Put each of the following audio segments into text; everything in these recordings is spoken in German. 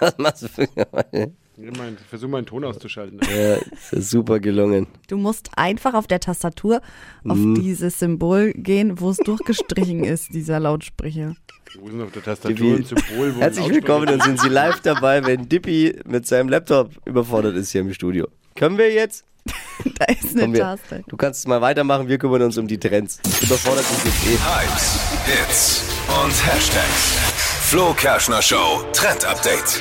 Was machst du für Mein, versuch meinen Ton auszuschalten. Ja, ist ja super gelungen. Du musst einfach auf der Tastatur auf Mhm. dieses Symbol gehen, wo es durchgestrichen ist, dieser Lautsprecher. Wo sind auf der Tastatur ein Symbol? Wo Herzlich ein Lautsprecher- willkommen und sind Sie live dabei, wenn Dippy mit seinem Laptop überfordert ist hier im Studio. Können wir jetzt? Da ist eine Komm, wir, Taste. du kannst mal weitermachen, wir kümmern uns um die Trends. Überfordert ist jetzt eh. Hypes, Hits und Hashtags. Flo Kerschner Show Trend Update.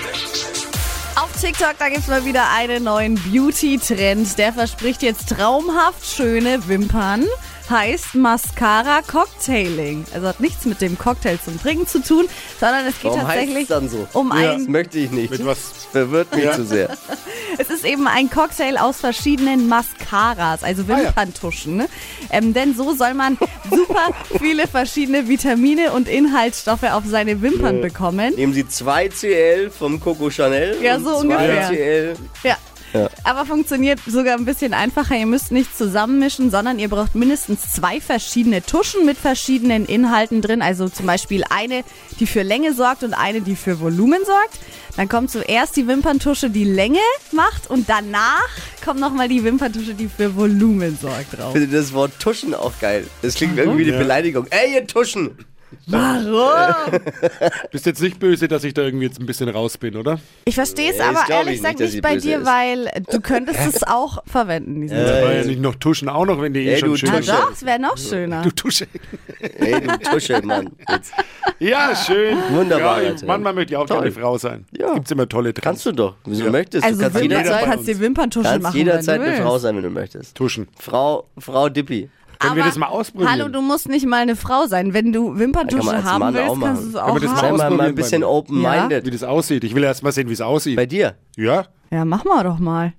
Auf TikTok, da gibt's mal wieder einen neuen Beauty-Trend. Der verspricht jetzt traumhaft schöne Wimpern. Heißt Mascara Cocktailing. Also hat nichts mit dem Cocktail zum Trinken zu tun, sondern es geht Warum heißt tatsächlich es dann so? um ja. Das ein möchte ich nicht. Mit Das was? verwirrt mich zu sehr. Es ist eben ein Cocktail aus verschiedenen Mascaras, also Wimperntuschen. ne? Ähm, denn so soll man super viele verschiedene Vitamine und Inhaltsstoffe auf seine Wimpern bekommen. Nehmen Sie 2CL vom Coco Chanel. Ja, und so ungefähr. 2CL. Ja. Ja. Aber funktioniert sogar ein bisschen einfacher. Ihr müsst nicht zusammenmischen, sondern ihr braucht mindestens zwei verschiedene Tuschen mit verschiedenen Inhalten drin. Also zum Beispiel eine, die für Länge sorgt und eine, die für Volumen sorgt. Dann kommt zuerst die Wimperntusche, die Länge macht und danach kommt nochmal die Wimperntusche, die für Volumen sorgt drauf. Ich finde das Wort Tuschen auch geil. Das klingt irgendwie wie eine Beleidigung. Ey, ihr Tuschen! Warum? Bist jetzt nicht böse, dass ich da irgendwie jetzt ein bisschen raus bin, oder? Ich verstehe es Nee, das aber glaub ehrlich ich nicht, gesagt dass nicht sie bei böse dir, ist. weil du könntest es auch verwenden, diesen Da äh, war ja nicht noch Tuschen auch noch, wenn die eh Ey, schon du schön Na Tusche. doch, es wäre noch schöner. Du Tusche. Ey, du Tusche, Mann. Jetzt Ja, schön. Ah, Wunderbar, Ja, Alter. manchmal möchte ich auch Toll. gerne Frau sein. Ja. Gibt's immer tolle Trends. kannst du doch, wenn du möchtest. Also du kannst Wimpern, jederzeit, kannst dir Wimperntusche kannst machen. jederzeit wenn du eine Frau willst. sein, wenn du möchtest. Tuschen. Frau, Frau Dippi. Können wir Aber- das mal ausprobieren? Hallo, du musst nicht mal eine Frau sein. Wenn du Wimperntusche Ja, kann man als haben Mann auch willst, machen. kannst du es Wenn auch man das Sei haben. mal, mal ein Ausprobieren bei bisschen mir. open-minded. Wie das aussieht. Ich will erst mal sehen, wie es aussieht. Bei dir. Ja? Ja, mach mal doch mal.